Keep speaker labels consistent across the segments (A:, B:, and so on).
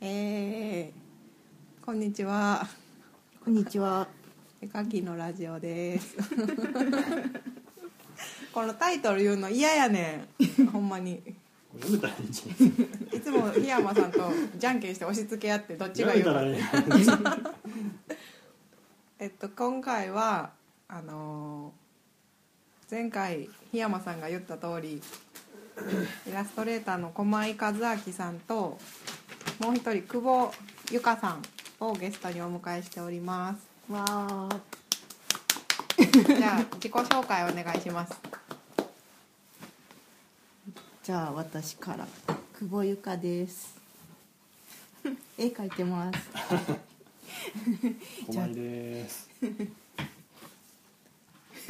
A: えー、こんにちは。
B: こんにちは。
A: 絵描きのラジオです。 このタイトル言うの嫌やねん。ほんまに。
C: 読めたらいいんじ
A: いつも檜山さんとじゃんけんして押し付け合ってどっち
C: ゃな
A: が
C: い
A: 言う
C: 読め
A: か
C: た
A: ら
C: いいんじゃない
A: えっと今回はあのー前回檜山さんが言った通りイラストレーターの駒井和明さんともう一人久保由香さんをゲストにお迎えしておりま
B: わあ、
A: すじゃあ自己紹介お願いします
B: じゃあ私から久保ゆかです。 絵描いてます。
C: 困りです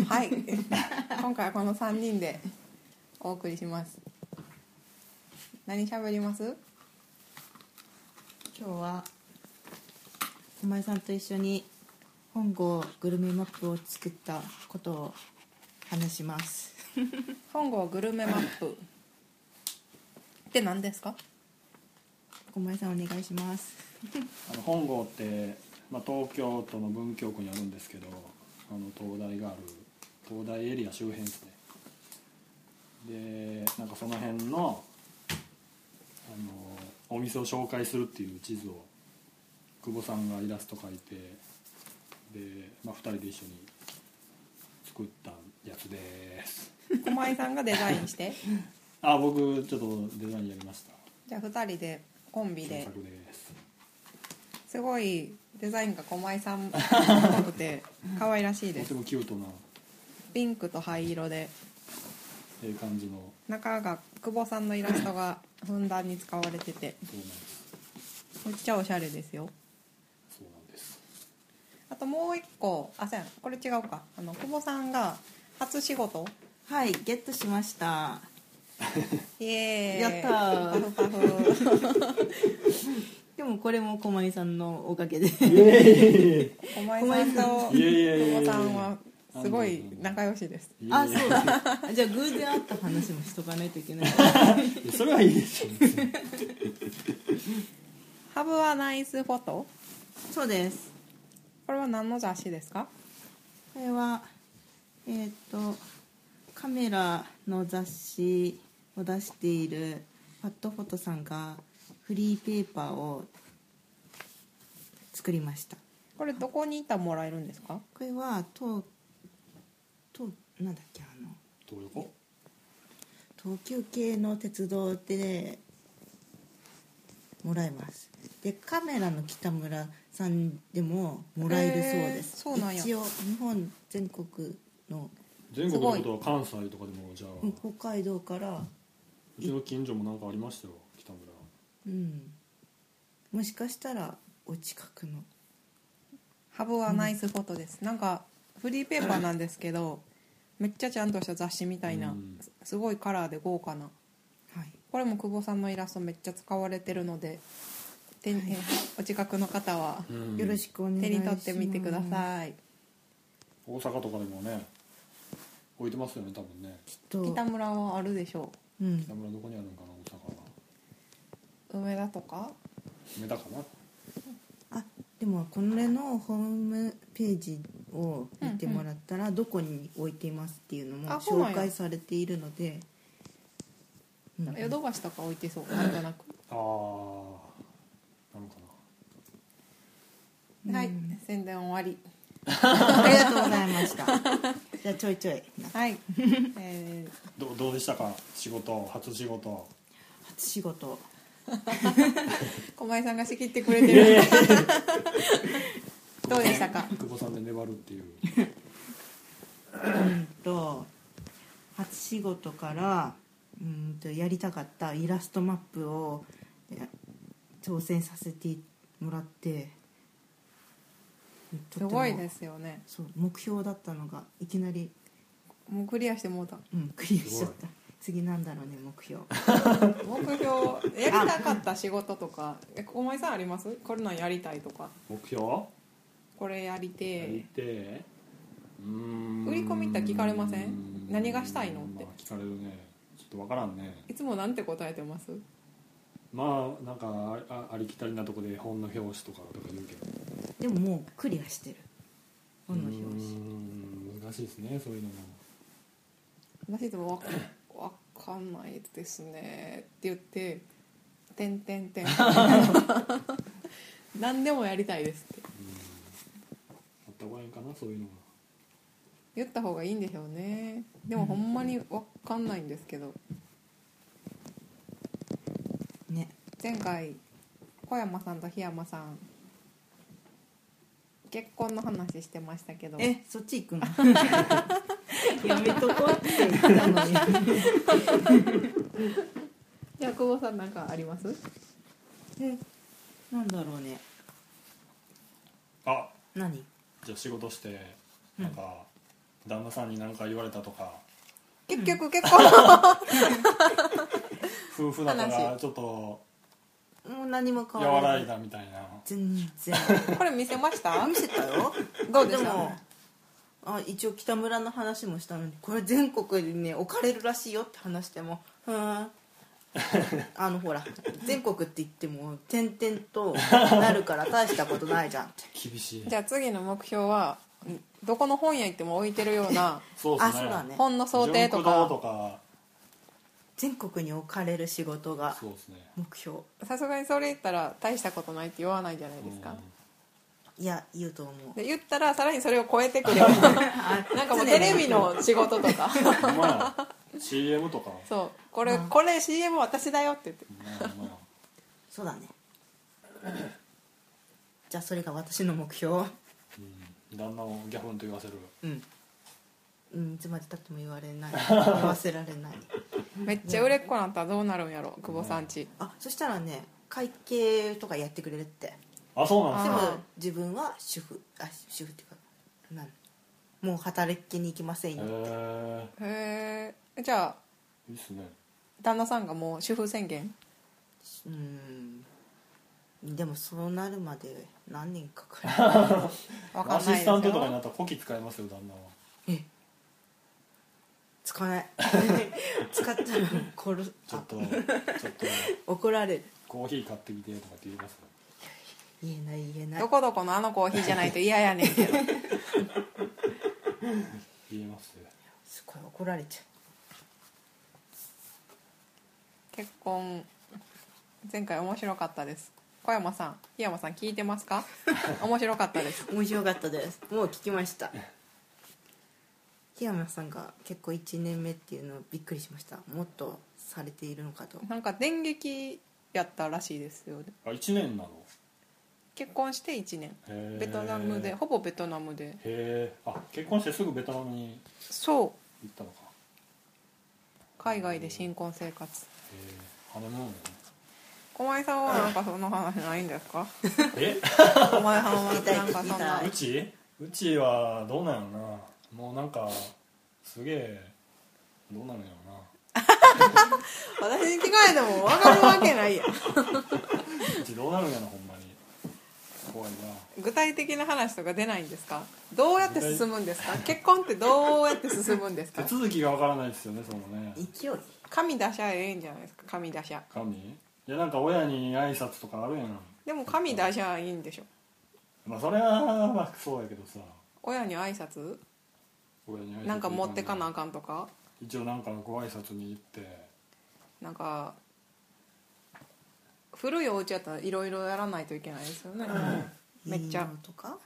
A: はい 今回はこの3人でお送りします何喋ります
B: 今日は駒井さんと一緒に本郷グルメマップを作ったことを話します。
A: 本郷グルメマップって何ですか
B: 駒井さんお願いします。
C: あの本郷って、まあ、東京都の文京区にあるんですけどあの東大がある東大エリア周辺ですねでなんかその辺のあのお店を紹介するっていう地図を久保さんがイラスト描いてで、まあ、2人で一緒に作ったやつです
A: 駒井さんがデザインして
C: あ僕ちょっとデザインやりました
A: じゃあ2人でコンビで
C: 検索です
A: すごいデザインが駒井さんっぽく て可愛らしい
C: と
A: で
C: て
A: す
C: もキュートな
A: ピンクと灰色で
C: ええ感じの
A: 中が久保さんのイラストがふんだんに使われてて
C: そうなんです
A: めっちゃおしゃれですよ
C: そうなんです
A: あともう一個あそうやこれ違うかあの久保さんが初仕事
B: はい、ゲットしました。
A: イエーイ
B: やったー
A: パフパ フ
B: でもこれも駒井さんのおかげで。
C: いえい
A: 駒井さんと
C: えいえ
A: 久保さんはすごい仲良しです
B: あ、そうだ。じゃあ偶然会った話もしとかないといけ ない。
C: いやそれはいい ですよ別に
A: ハブはナイスフォト
B: そうです。
A: これは何の雑誌ですか
B: これはえっ、とカメラの雑誌を出しているファットフォトさんがフリーペーパーを作りました
A: これどこにいたらもらえるんですか
B: これは東東なんだっけあの
C: どういうこ
B: 東急系の鉄道でもらえますでカメラの北村さんでももらえるそうです、
A: へーそうなんや
B: 一応日本全国の、
C: 全国のことは関西とかでもじゃあ
B: うん北海道から
C: うちの近所もなんかありましたよ北村
B: うんもしかしたらお近くの
A: ハブはナイスフォトです、なんかフリーペーパーなんですけどめっちゃちゃんとした雑誌みたいな、
C: うん
A: すすごいカラーで豪華な
B: はい
A: これも久保さんのイラストめっちゃ使われてるのでてんてんお近くの方は
C: うん
B: よろしくお願いし
A: 手
B: ま
A: に取
B: す
A: ってみてくだ
B: い
A: さい、
C: 大阪とかでもね置いてますよね多分ね
B: きっと
A: 北村はあるでしょ
B: うん
C: 北村どこにあるのかな大阪は
A: う梅田とか
C: 梅田かな
B: あでもこれのホームページを見てもらったらどこに置いていますっていうのも
A: あそうなん
B: 紹
A: や
B: 介されているので、うん
A: ヨドバシとか置いてそうなんとなく、
C: あーなのかな
A: はい
B: うん
A: 宣伝終わり
B: ありがとうございましたじゃあちょいちょい
A: はい、 えー
C: どうどうでしたか仕事初仕事
B: 初仕事
A: 駒井さんが仕切ってくれてる どうでしたか
C: 久保さんで粘るっていう
B: うんと初仕事からうんとやりたかったイラストマップをや挑戦させてもらって
A: すごいですすよね
B: そう目標だったのがいきなり、
A: もうクリアしてもうた
B: うん、クリアしちゃった次なんだろうね目標
A: 目標やりたかった仕事とかえ駒井さんありますこれなんやりたいとか
C: 目標
A: これやり
C: やり
A: て
C: てうーん
A: 売り込みって聞かれません
C: うー
A: 何がしたいのって
C: まあ聞かれるねちょっとわからんね
A: えいつもなんて答えてます
C: まあなんかあありきたりなとこで本の表紙とかとか言うけど
B: でももうクリアしてる本の表
C: うー
B: 紙
C: ん難しいですねそういうのも
A: 私でもわ「わかんないですね」って言って「てんてん てん」何でもやりたいですって
C: うんあった方がいいかなそういうのが
A: 言った方がいいんでしょうねでもほんまにわかんないんですけど
B: ね
A: 前回小山さんと檜山さん結婚の話してましたけど
B: えそっち行くの やめとこうって言ったのに
A: 久保さんなんかあります
B: えなんだろうね
C: あ
B: 何
C: じゃあ仕事して
B: うん
C: なんか旦那さんに何か言われたとか
A: 結局結 婚
C: 夫婦仲が
A: 話
C: ちょっと
B: もう何も変わ
C: 和
B: らな
C: ら
B: い
C: いだみたいな
B: 全然
A: これ見せました
B: 見せたよ
A: どうでした
B: もあ一応北村の話もしたのにこれ全国にね置かれるらしいよって話しても ふーんあのほら全国って言っても点々となるから大したことないじゃんって
C: 厳しい
A: じゃあ次の目標はどこの本屋行っても置いてるよう な
C: そう
B: あそうだね
A: 本の想定と
C: ジョンク堂と
A: か
C: か
B: 全国に置かれる仕事が
C: そうですね
B: 目標
A: さすがにそれ言ったら大したことないって言わないじゃないですか
B: いや言うと思う
A: で言ったらさらにそれを超えてくれる なんかもうテレビの仕事とか
C: うんまあ CM とか
A: そう これこれ CM 私だよって言って
C: まあまあ
B: そうだねじゃあそれが私の目標
C: うん旦那をギャフンと言わせる
B: うん、うん、いつまでたっても言われ ない言わせられない
A: めっちゃ売れっ子なったらどうなるんやろ久保さんち
B: あそしたらね会計とかやってくれるって
C: あそうなん
B: で
C: です
B: も
C: か
A: あー
B: 自分は主婦あ主婦っていうかなんもう働きに行きません
C: へ
B: よ
C: え
A: へえじゃあ
C: いいっすね
A: 旦那さんがもう主婦宣言
B: うんでもそうなるまで何年かかる
A: わかんない
C: アシ
A: です
C: スタントとかにな
A: よ
C: ったらコキ使いますよ旦那は
B: え使わない使ったら殺す
C: ちょっと
B: あ
C: ちょっと
B: 怒られる
C: コーヒー買ってきてとかって言いますよ
B: 言えない言えない
A: どこどこのあのコーヒーじゃないと嫌やねんけど
C: 言えますね
B: すごい怒られちゃ
A: 結婚前回面白かったです小山さん檜山さん聞いてます か面白かったです
B: う面白かったですもう聞きました檜山さんが結構1年目っていうのびっくりしましたもっとされているのかと
A: なんか電撃やったらしいですよ
C: あ1年なの
A: 結婚して1年
C: へえ
A: ベトナムで
C: へ
A: ほぼベトナムで
C: えあ結婚してすぐベトナムに
A: そう
C: 行ったのか
A: 海外で新婚生活
C: へえハネムーン
A: 駒井さんはなんかその話ないんですか
C: やね
A: 駒井さんはなんかそんな
B: は
C: え
B: いう
C: ちうちはどうなんやろなもうなんかすげえどうなんやろ
A: 私に聞かれても分かるわけないやん
C: なうちどうなるんやろほんまに怖いな
A: 具体的な話とか出ないんですかどうやって進むんですか結婚ってどうやって進むんです
C: 手
A: か
C: 続きがわからないですよねそのね
B: 勢い
A: 神出しゃええんじゃないですか神出しゃ
C: 神いやなんか親に挨拶とかあるやん
A: でも神出しゃいいんでしょ
C: まあそれはまあそうやけどさ
A: 親に挨拶
C: 親に挨拶
A: なんか持ってかなあ
C: か
A: かんとか
C: ん一応なんかご挨拶に行って
A: なんか古いお家やったらいろいろやらないといけないですよねめっちゃ
B: いいのとか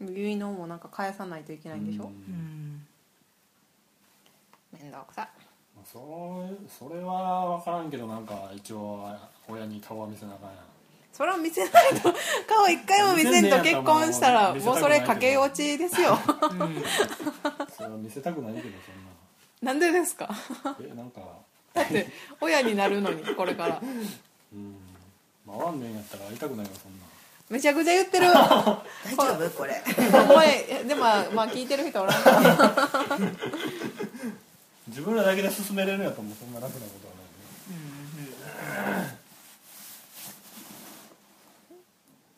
A: 結納もなんか返さないといけないんでしょ
B: うん
A: 面倒くさ
C: まあそうそれは分からんけどなんか一応親に顔は見せなあかんやん
A: それを見せないと 顔一回も見せんと結婚したらもうそれ駆け落ちです よ
C: それは見せたくないけどそ
A: なんでですか
C: んなえなんか
A: だって親になるのにこれ から
C: うん回んねんやったら会いたくないわそんな
A: めちゃくちゃ言ってる
B: 大丈夫これ
A: お前でもまあ聞いてる人おらんから
C: 自分らだけで進めれるんやともうそんな楽なことはないね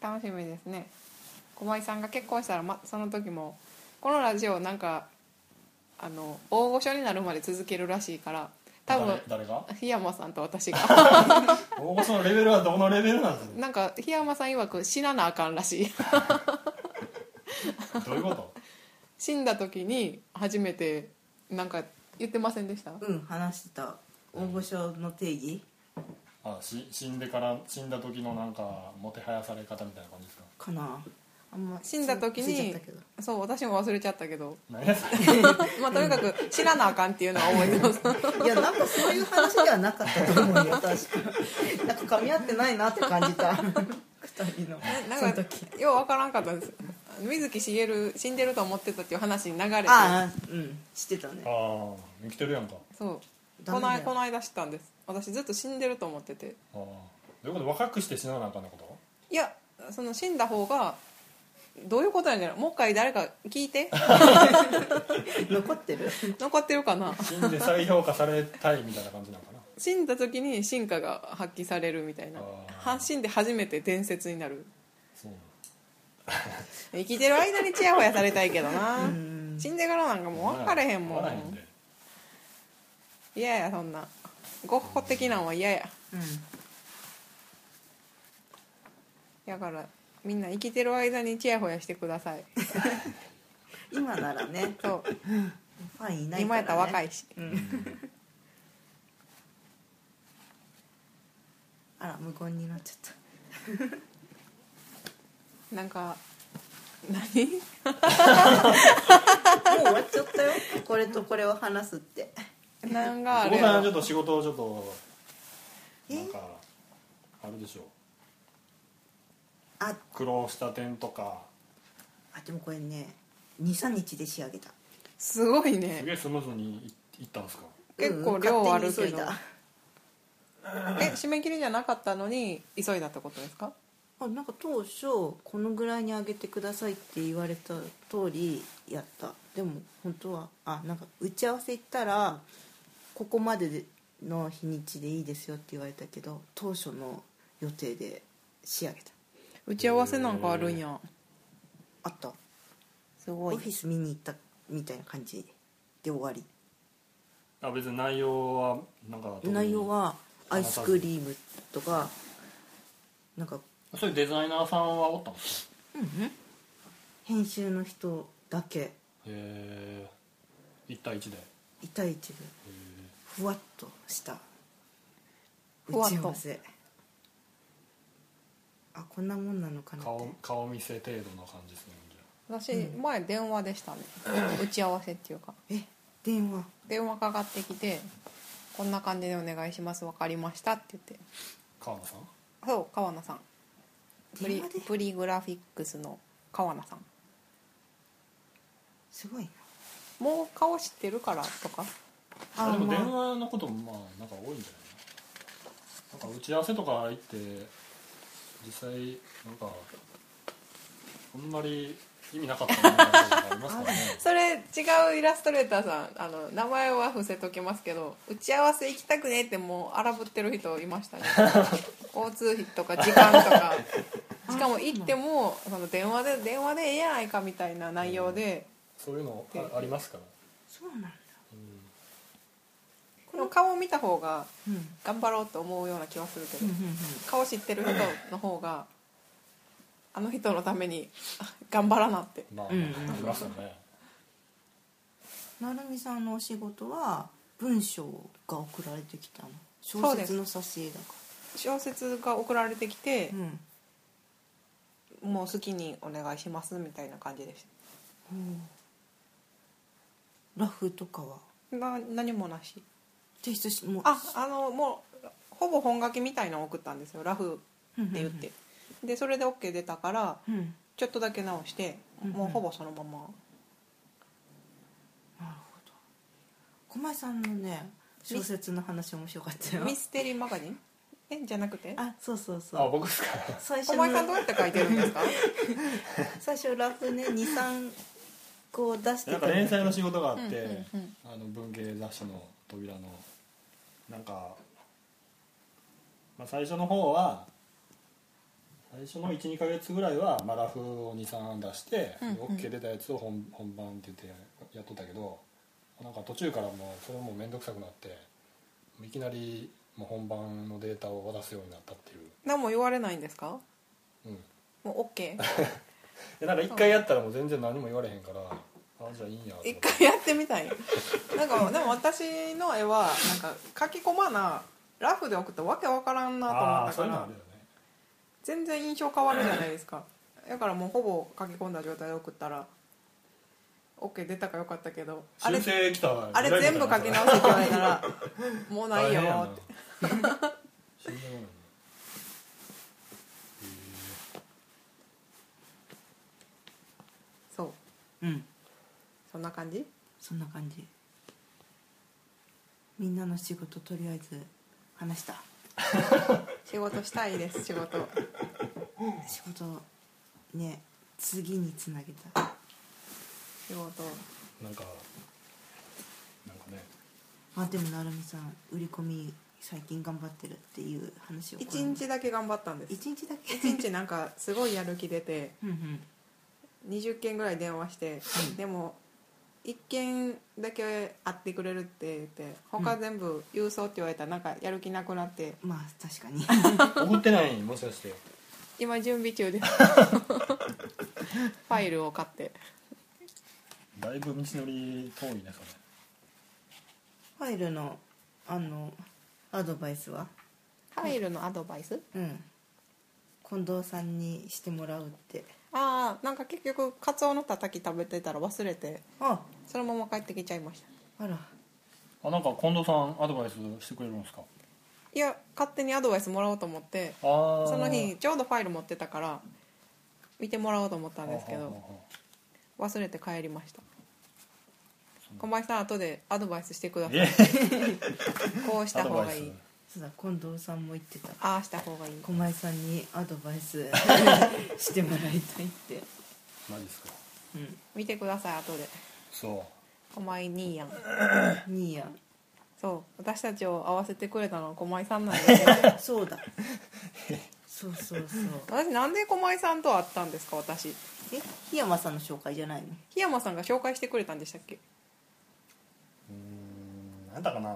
A: 楽しみですね小井さんが結婚したら、ま、その時もこのラジオなんかあの大御所になるまで続けるらしいから多分
C: 誰誰が
A: 檜山さんと私 が
C: 大御所のレベルはどのレベルなんです
A: なんか檜山さん曰く死ななあかんらしい
C: かど ういうこと
A: 死んだ時に初めてなんか言ってませんでした
B: うん話してた大御所の定義
C: あし死んでから死んだ時のなんかもてはやされ方みたいな感じですか
B: かなあんま
A: 死んだ時に
B: ついちゃったけど
A: そう私も忘れちゃったけど
C: 何やそれ
A: まあとにかく死ななあかんっていうのは思い ます
B: いやなんかそういう話ではなかったと思うよ確かなんか噛み合ってないなって感じた 二人の
A: なんかようわからんかったです水木しげる死んでると思ってたっていう話に流れて
B: ああうんしてたね
C: ああ生きてるやんか
A: そう
B: ダ
A: こ
B: メだ
A: な
B: よ
A: いこの間知ったんです私ずっと死んでると思ってて
C: ああどういうこと若くして死ななあかんのこ
A: いやその死んだ方がどういうことなんじゃないもう一回誰か聞い て
B: 残ってる
A: 残ってるかな
C: と死んで再評価されたいみたいな感じなのかな
A: 死んだ時に進化が発揮されるみたいな
C: あー
A: は死んで初めて伝説になる
C: そうなの
A: 生きてる間にチヤホヤされたいけどな
B: うん
A: 死んでからなんかもう分かれへんも
C: 分からへん
A: ん
C: で
A: 嫌やそんなゴッホ的なんは嫌や
B: う
A: だからみんな生きてる間にチヤホヤしてくだ さい
B: ん今ならね
A: そう
B: ファンいないから、ね、
A: 今やったら若いし
B: うんあら無言になっちゃっ
A: なんか何
B: たもう終わっちゃったよ これとこれを話すって
A: なんかあ
C: 久
A: れ
C: 保さん
A: や
C: はちょっ
A: ろ
C: と仕事をちょっと
B: え
C: なんかあるでしょう
B: あ
C: 苦労した点とか
B: あでもこれね23日で仕上げた
A: すごい
C: す
A: ね
C: げえスムーズにいいったんですか
A: 結
B: う
A: 構
B: ん
A: 量あ
B: 勝手
A: るけ
B: に急い
A: ど
B: だ
A: え締め切りじゃなかったのに急いだってことですか
B: あなんか当初このぐらいに上げてくださいって言われた通りやったでも本当はあなんか打ち合わせ行ったらここまででの日にちでいいですよって言われたけど当初の予定で仕上げた
A: 打ち合わせなんかあるんや
B: あった
A: すご
B: オ
A: い
B: フィス見に行ったみたいな感じで終わり
C: あ別に内容はなんか特に
B: 内容はアイスクリームとかなんか
C: そういうデザイナーさんはおったんですか
B: 編集の人だけ
C: へえ1対1でへ
B: 1対1で
C: え
B: ふわっとした
A: ふわ
B: 打
A: っと
B: ち合わせあこんなもんなのかなって
C: 顔顔見せ程度の感じですねじゃ
A: 私前電話でしたね打ち合わせっていうか
B: え電話
A: 電話かかってきて「こんな感じでお願いします分かりました」って言って
C: あ川野さん
A: そう川名さんプ
B: 電
A: リ
B: 話で
A: プリグラフィックスの川名さん
B: すごいな
A: もう顔知ってるからとか
C: あでも電
B: まあ、
C: 話のこともまあなんか多いんじゃないのなんか打ち合わせとか行って実際なんかあんまり意味なかったなみたいなことがあ りますからね
A: それ違うイラストレーターさんあの名前は伏せときますけど打ち合わせ行きたくねえってもう荒ぶってる人いま したね交通費とか時間とかしかも行ってもその電話で電話でええやないかみたいな内容で、
C: そういうのあありますから、
B: そうなんだ
C: うん
A: この顔を見た方が
B: うん
A: 頑張ろうと思うような気はするけど、
B: うんうんうん
A: 顔知ってる人の方があの人のために 頑張らなって
C: まあ、
B: うん
C: ありますよね
B: なるみさんのお仕事は文章が送られてきたの
A: そ
B: 小
A: うです
B: 説の挿絵だか
A: 小説が送られてきて
B: ら、うん
A: もう好きにお願いしますみたいな感じでした
B: ラフとかは
A: な何もなし
B: 提出しもう
A: ああのもうほぼ本書きみたいなの送ったんですよラフ
B: うんう
A: っ
B: んうん
A: て言ってでそれで OK 出たから
B: うん
A: ちょっとだけ直して
B: うんうん
A: もうほぼそのまま
B: なるほど駒井さんのね小説の話面白かったよ
A: ミステリーマガジンえじゃなくて
B: あそうそうそ
C: あ
B: う
C: 僕ですか
B: 最初
A: 小
B: の
A: 前さんどうやって書いてるんですか
B: 最初ラフね23個出して
C: なん
B: ただ
C: か
B: け
C: 連
B: ど
C: 載の仕事があって、
A: うんうんうん
C: あの文芸雑誌の扉のなんか、まあ、最初の方は最初の12ヶ月ぐらいは、まあ、ラフを23出して、
A: うんうん
C: OK 出たやつを本本番って言ってやっとったけどなんか途中からもうそれも面倒くさくなっていきなりもう本番のデータを渡すようになったっていう
A: 何も言われないんですか
C: うん
A: もう OK
C: でなんか一回やったらもう全然何も言われへんからあじゃあいいんやと思って
A: 一回やってみたいなんかでも私の絵はなんか書き込まなラフで送ったらわけわからんなと思っ
C: ああー
A: た
C: そう
A: か
C: いうの
A: ら
C: あるよね
A: 全然印象変わるじゃないですかだからもうほぼ書き込んだ状態で送ったら OK 出たかよかったけどあれ
C: 修正来たら
A: あれ全部書き直していけないならもうないよーって
C: 大変やな死んだもんやな
A: そう
B: うん
A: そんな感じ
B: そんな感じみんなの仕事とりあえず話した
A: 仕事したいです仕事
B: 仕事ね次につなげた
A: 仕事
C: へーなんかなんかね
B: あでもなるみさん売り込み最近頑張ってるっていう話を
A: 一日だけ頑張ったんです
B: 一日だけ
A: 一日なんかすごいやる気出て
B: うんうん
A: 20件ぐらい電話してでも1件だけ会ってくれるって言って他全部郵送って言われたらなんかやる気なくなって
B: まあ確 かに
C: 送ってないもしかして
A: 今準備中です ファイルを買って
C: だいぶ道のり遠いねそれ
B: ファイルのあのアドバイスは
A: ファイルのアドバイス
B: うん近藤さんにしてもらうって
A: ああんか結局カツオのたたき食べてたら忘れて
B: あ
A: そのまま帰ってきちゃいました
B: あら
C: あなんか近藤さんアドバイスしてくれるんですか
A: いや勝手にアドバイスもらおうと思って
C: あー
A: その日ちょうどファイル持ってたから見てもらおうと思ったんですけ
C: はは
A: ど
C: はは
A: 忘れて帰りました
C: んな
A: 小林さん後でアドバイスしてください
C: え
A: こうした
C: アド
A: 方
C: バ
A: が
C: イ
A: いい
C: ス
B: そうだ近藤さんも言ってた
A: ああした方がいい
B: 小前さんにアドバイ スしてもらいたいって
C: マジっすか
B: う
A: 見てください後で
C: そう
A: 小前兄やん
B: んにや
A: そう私たちを会わせてくれたのは小前さんなんですよ
B: そうだそうそうそう
A: 私なんで小前さんと会ったんですか私
B: え檜山さんの紹介じゃないの
A: 檜山さんが紹介してくれたんでしたっけ
C: うーんなんだかな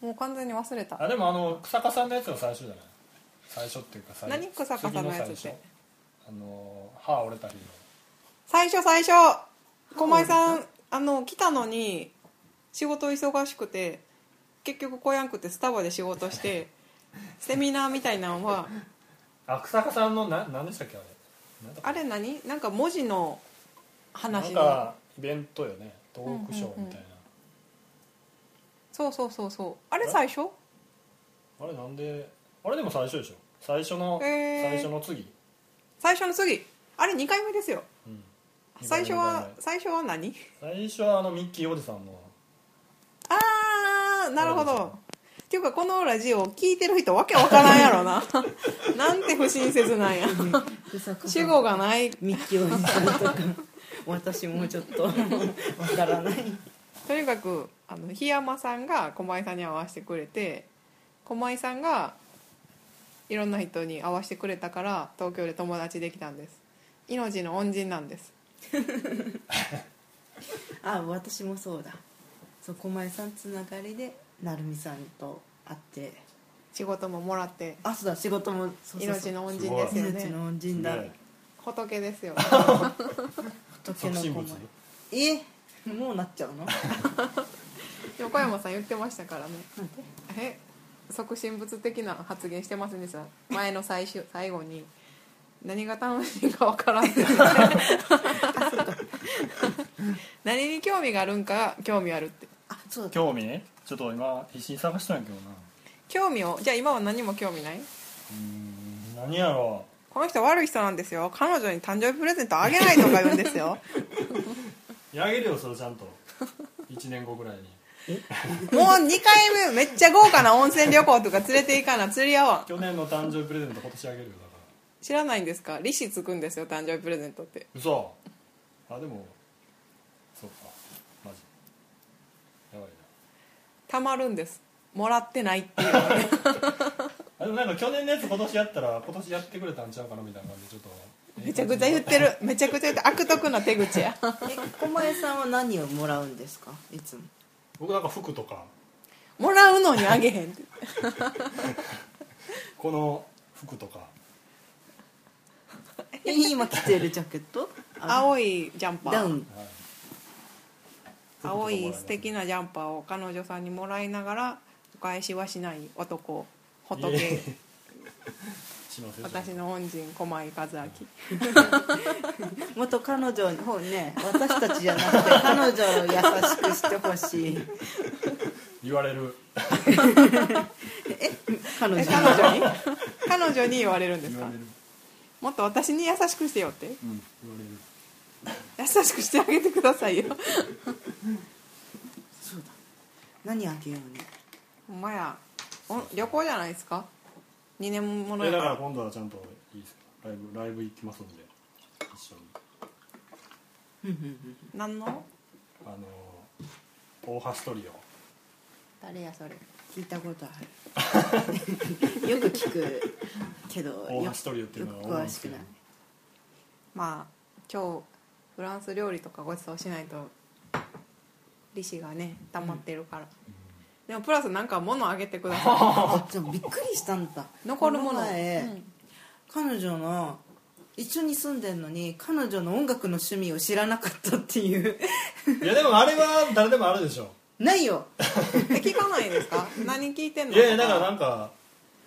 A: もう完全に忘れ
C: あ
A: た
C: でもあの草加さんのやつが最初じゃない最初っていうか最
A: 何草加さんのやつって
C: あの歯折れた日の
A: 最初最初小前さんあの来たのに仕事忙しくて結局来やんくてスタバで仕事して セミナーみたいなのは
C: あ草加さんのな何でしたっけあれなんだっけ
A: あれ何なんか文字の話
C: なん
A: の
C: かイベントよねトークショーみたいな、
A: そうそうそうそうあれ最初
C: あれなんであれでも最初でしょ最初の、
A: へー
C: 最初の次、
A: 最初の次あれ2回目ですよ
C: うん、二
A: 最
C: 回目
A: 初は最初は何
C: 最初はあのミッキーおじさんの
A: あーなるほ
C: そう
A: どっていうかこのラジオ聞いてる人わけわからんやろ ななんて不親切なんや主語がない
B: ミッキーおじさんとか 私もちょっとわからない
A: とにかくあの檜山さんが駒井さんに会わせてくれて駒井さんがいろんな人に会わせてくれたから東京で友達できたんです命の恩人なんです
B: あ私もそうだそう小前さんつながりでなるみさんと会って
A: 仕事ももらって
B: あそうだ仕事もそうそうそ
A: 命
B: う
A: の恩人ですよ
B: 命
A: ね
B: の恩人だ
C: ね
A: 仏ですよ
B: 仏
C: 促
B: の
C: 進
B: 小
C: 物
B: 前え もうなっちゃうの
A: 横山さん言ってましたからね
B: なんで
A: え即身仏的な発言してますねさ前の最 終最後に何が楽しいかわからんって何に興味があるんか興味あるって
B: あそうだ
C: 興味ねちょっと今必死に探したんやけどな
A: 興味をじゃあ今は何も興味ないう
C: ーん何やろ
A: この人悪い人なんですよ彼女に誕生日プレゼントあげないとか言うんです よ
C: うやげるよそれちゃ んと1年後ぐらいに
A: もう2回目めっちゃ豪華な温泉旅行とか連れて行かな釣り合わん
C: 去年の誕生日プレゼント今年あげるよだから
A: 知らないんですか利子つくんですよ誕生日プレゼントって
C: 嘘あでもそうかマジやばい
A: たまるんですもらってないっていう
C: なあでもなんか去年のやつ今年やったら今年やってくれたんちゃうかなみたいな感じでちょっと
A: めちゃくちゃ言って るめちゃくちゃ言って悪徳な手口や
B: え小前さんは何をもらうんですかいつも
C: 僕なんか服とか
A: もらうのにあげへんって
C: この服とか
B: え今着てるジャケットい
A: 青いジャンパ
B: ダウ
A: ー
B: ン
C: はい
A: 青い素敵なジャンパーを彼女さんにもらいながらお返しはしない男
C: いえい
A: 仏
C: えしません
A: 私の恩人駒井和 明
B: 元彼女の方 ね私たちじゃなくて彼女を優しくしてほしい
C: 言われる
B: 彼女
A: え彼女に彼女に言われるんです
C: 言わ
A: か
C: れる
A: もっと私に優しくしてよって
C: うん言われる
A: 優しくしてあげてくださいよ
B: そうだ何あげようね
A: ほんまやお旅行じゃないですか2年もの
C: え
A: や
C: だ
A: か
C: から
A: ら
C: 今度はちゃんといいですかライブライブ行きますんで一緒に
B: うんうんうん
A: 何の
C: あの大橋トリオ
B: 誰やそれ聞いたことあ るよく聞くけど
C: 大
B: よ
C: 橋トリオっていうのは
B: よく詳しくない
A: まあ今日フランス料理とかごちそうしないと利子がね溜まってるから、でもプラスなんか物あげてくださ
B: あでもびっくりしたんだ
A: い残るも
B: こ
A: の
B: 前、
A: うん
B: 彼女の一緒に住んでんのに彼女の音楽の趣味を知らなかったっていう
C: いやでもあれは誰でもある でしょ
B: ないよ
A: え聞かない ですか何聞いてんの
C: いやいやだからなんか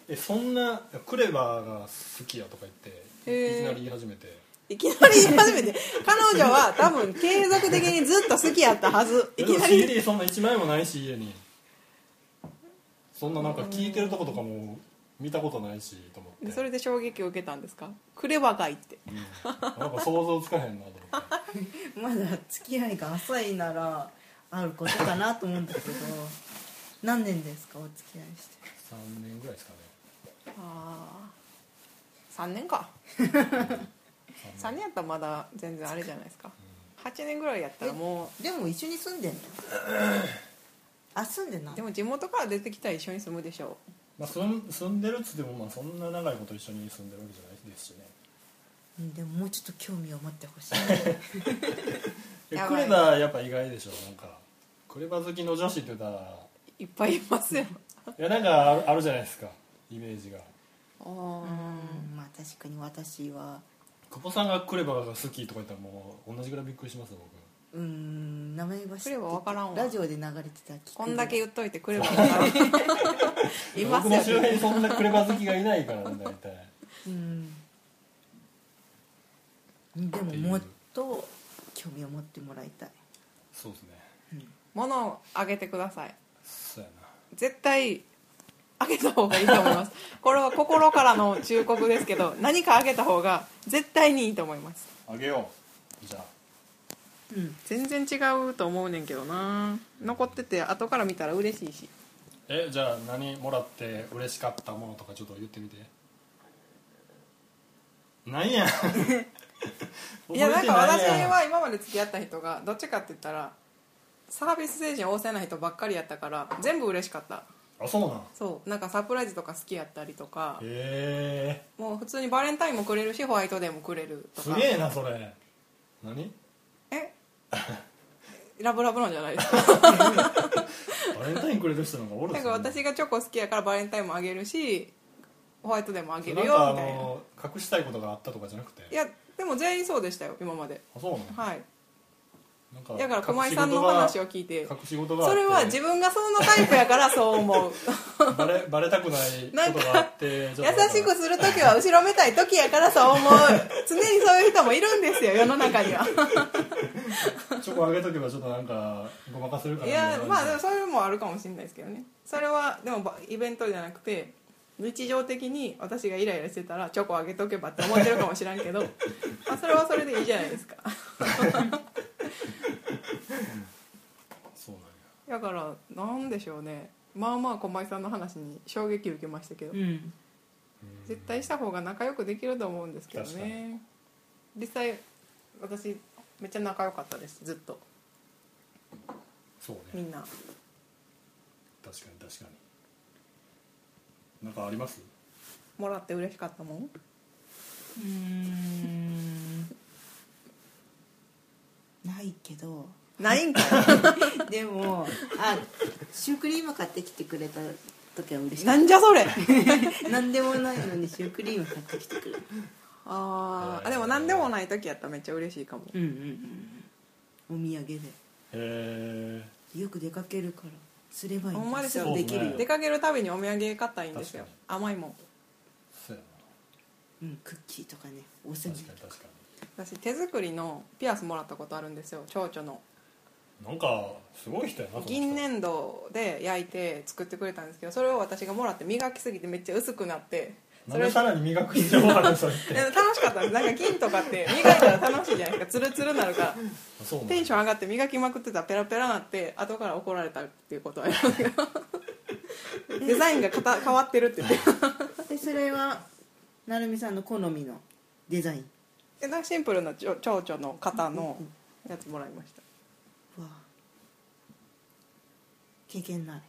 C: えそんなクレバーが好きやとか言って
A: へー
C: いきなり言い始めて
A: いきなり言い始めて彼女は多分継続的にずっと好きやったはずい
C: い
A: き
C: き
A: な
C: な
A: り
C: CD そんな1枚もないし家にそんななんか聴いてるとことかも見たことないしと思っ
A: で
C: て
A: それで衝撃を受けたんですかクレバがいって
C: うんなんか想像つかへんなと思って
B: まだ付き合いが浅いならあることかなと思うんだけど何年ですかお付き合いして
C: 3年ぐらいですかね
A: ああ3年か3年やったらまだ全然あれじゃないですか8年ぐらいやったらも
B: でも一緒に住んでんのあ住んでな
A: う
B: い
A: でも地元から出てきたら一緒に住むでしょ
C: まあ、住ん住んでるっつってもまあそんな長いこと一緒に住んでるわけじゃないですしね
B: うんでももうちょっと興味を持ってほしい
C: え
A: や
C: ク
A: ばい
C: レバーやっぱ意外でしょなんかクレバー好きの女子って言ったら
A: ういっぱいいますよ
C: いやなんかあるあるじゃないですかイメージが
B: う
A: うん
B: んまあ確かに私は
C: 久保さんがクレバーが好きとか言ったらもう同じぐらいびっくりします僕
B: うん名前は知って
A: クレバ分からんわ
B: ラジオで流れてたら聞く
A: こんだけ言っといてクレバがいま
C: 僕
A: す
C: の周
A: よ
C: 辺にそんなクレバー好きがいないからね大体
B: うんでももっと興味を持ってもらいたい
C: そうですね
A: 物をあげてください
C: そうやな
A: 絶対あげた方がいいと思いますこれは心からの忠告ですけど何かあげた方が絶対にいいと思います
C: あげようじゃあ
B: うん
A: 全然違うと思うねんけどな残ってて後から見たら嬉しいし
C: えじゃあ何もらって嬉しかったものとかちょっと言ってみてなんや
A: いやなんか私
C: 覚えていやん
A: は今まで付き合った人がどっちかって言ったらサービス精神旺盛な人ばっかりやったから全部嬉しかった
C: あそうなん
A: そうなんかサプライズとか好きやったりとか
C: へえ
A: もう普通にバレンタインもくれるしホワイトデーもくれると
C: す
A: か
C: げえなそれ何
A: えラブラブなんじゃないです か
C: バレンタインくれる人なんかおる
A: なんか私がチョコ好きやからバレンタインもあげるしホワイトデーもあ
C: あ
A: げるよみたいな
C: の隠したいことがあったとかじゃなくて
A: いやでも全員そうでしたよ今まで
C: あそうなの
A: はい
C: なんか
A: だから駒井さんの話を聞いて
C: 隠し事があっ
A: そ
C: て
A: れは自分がそんなタイプやからそう思う
C: バレバレたくないことがあって
A: 優
C: ちょっと
A: しくする時は後ろめたい時やからそう思う常にそういう人もいるんですよ世の中には
C: チョコあげとけばちょっとなんかごまかせるか
A: い
C: ら
A: やまあでもそういうのもあるかもしれないですけどねそれはでもばイベントじゃなくて日常的に私がイライラしてたらチョコあげとけばって思ってるかもしらんけど、まあ、それはそれでいいじゃないですか
C: そうな
A: だ
C: んや
A: からなんでしょうねまあまあ駒井さんの話に衝撃受けましたけど、
B: うん
C: うん
A: 絶対した方が仲良くできると思うんですけど
C: 確か
A: ね実際私めっちゃ仲良かったですずっと
C: そう
A: み
C: ね
A: んな
C: 確かに確かになんかあります
A: もらって嬉しかったもん
B: うんないけど
A: ないんかい
B: でもあシュークリーム買ってきてくれた時は嬉 しか
A: な
B: っ
A: んじゃそれ
B: た何でもないのにシュークリーム買ってきてくれた
A: あーあでも何でもない時やったらめっちゃ嬉しいかも
B: うんうんうんお土産で
C: へ
B: よく出かけるからすればいい
A: ほんまですよ
B: ぐできるよ
C: そう
A: 出かけるたびにお土産買ったらいいんですよ
C: 確
A: 甘いもん
C: そうや
B: うん、クッキーとかねおせん
C: な
B: べい
C: 確かに確か
A: 私手作りのピアスもらったことあるんですよ蝶々の
C: になんかすごい人やなその人
A: 銀粘土で焼いて作ってくれたんですけどそれを私がもらって磨きすぎてめっちゃ薄くなって
C: な
A: そ
C: ん
A: れ
C: でさらに磨く必要があるのそれっ
A: で
C: て
A: も楽しかったんですなんか金とかって磨いたら楽しいじゃないですかツルツルなるから
C: そうなんだ
A: テンション上がって磨きまくってたらペラペラなって後から怒られたっていうことはありますけど デザインがかた変わってるって言って
B: でそれはなるみさんの好みのデザイン
A: でなんかシンプルなちょ蝶々の型のやつもらいました
B: わあ経験ない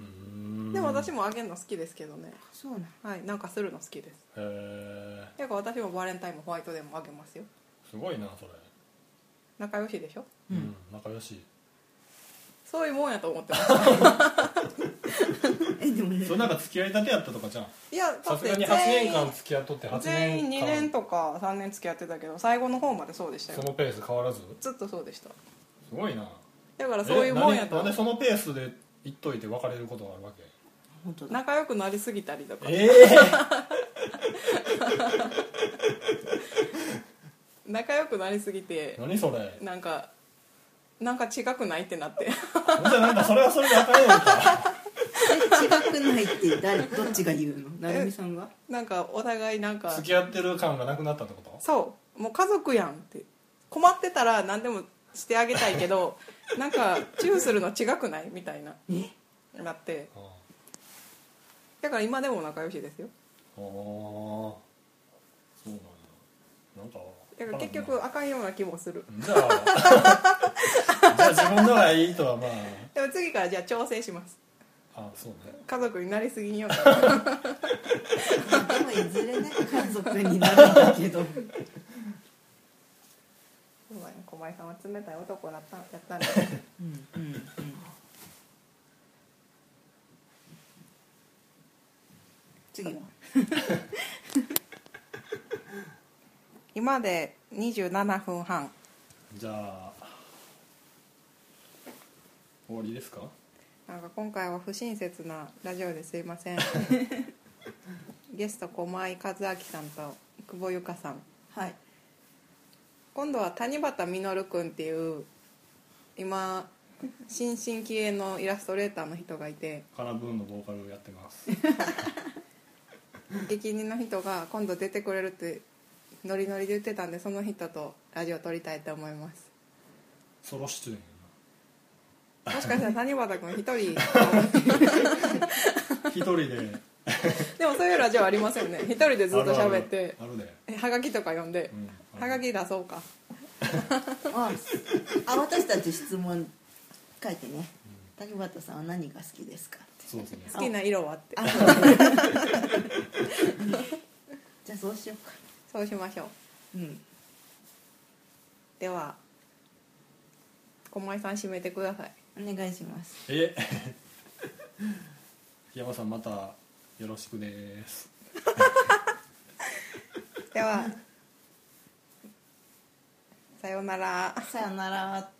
B: う
C: ーん
A: でも私もあげるの好きですけどね
B: そうなん
A: はいなんかするの好きです
C: へえ
A: ていうか私もバレンタインもホワイトデーもあげますよ
C: すごいなそれ
A: 仲良しでしょ
B: う
C: う
B: ん
C: ん仲良し
A: そういうもんやと思ってました
B: えでもね
C: それなんか付き合いたてやったとかじゃん
A: いやだ
C: さ
A: っ
C: す
A: て
C: がに8
A: 全
C: 年
A: 員
C: 間付き合っとって8
A: 全員
C: 年
A: 2年
C: 間
A: とか3年付き合ってたけど最後の方までそうでした
C: そ
A: よ
C: のペース変わらず
A: ずっとそうでした
C: すごいな
A: だからそういうもんや
C: えな
A: と
C: んでそのペースで行っといて別れることがあるわけ
B: 本当だ
A: 仲良くなりすぎたりとか
C: え
A: 仲良くなりすぎて
C: え 何それ
A: なんかなんか違くないってなって
C: ほんじゃなんかそれはそれであかんやんか
B: え違くないって誰 どっちが言うのなるみさんが
A: なんかお互い なんか
C: 付き合ってる感がなくなったってこと
A: そうもう家族やんって困ってたら何でもしてあげたいけど なんかチューするの違くないみたいな
B: え
A: なって
C: あ
A: だから今でも仲良しですよ
C: あーそうなんやなんか
A: だから結局あかんような気もする
C: じゃあじゃあ自分のがいいとはま
A: でも次からじゃあ調整します
C: ああそうね
A: 家族になりすぎんようにな
B: でもいずれ ね家族になるんだけど
A: そうだね小林さんは冷たい男だったやったんで
B: うんうんうん次は
A: 今で27分半
C: じゃあ終わりですか
A: なんか今回は不親切なラジオですいません ゲスト駒井和明さんと久保由香さん
B: はい
A: 今度は谷畑実君っていう今新進気鋭のイラストレーターの人がいて
C: カラブーンのボーカルをやってます
A: 激人の人が今度出てくれるってノリノリで言ってたんでその人とラジオ撮りたいと思います
C: ソロ出演や
A: もしかしたら谷畑君一人
C: な一人で
A: でもそういうラジオありますよね一人でずっと喋って
C: あるあるあるで、
A: えはがきとか読んで
C: うんある
A: はがき出そうか
B: ああ私たち質問書いてね谷畑さんは何が好きですかって
C: そうですね
A: 好きな色はって
B: あそうだじゃあそうしようか
A: そうしましょう
B: うん
A: では駒井さん締めてください
B: お願いします
C: え 山さんまたよろしくです
A: ではさようなら
B: さよなら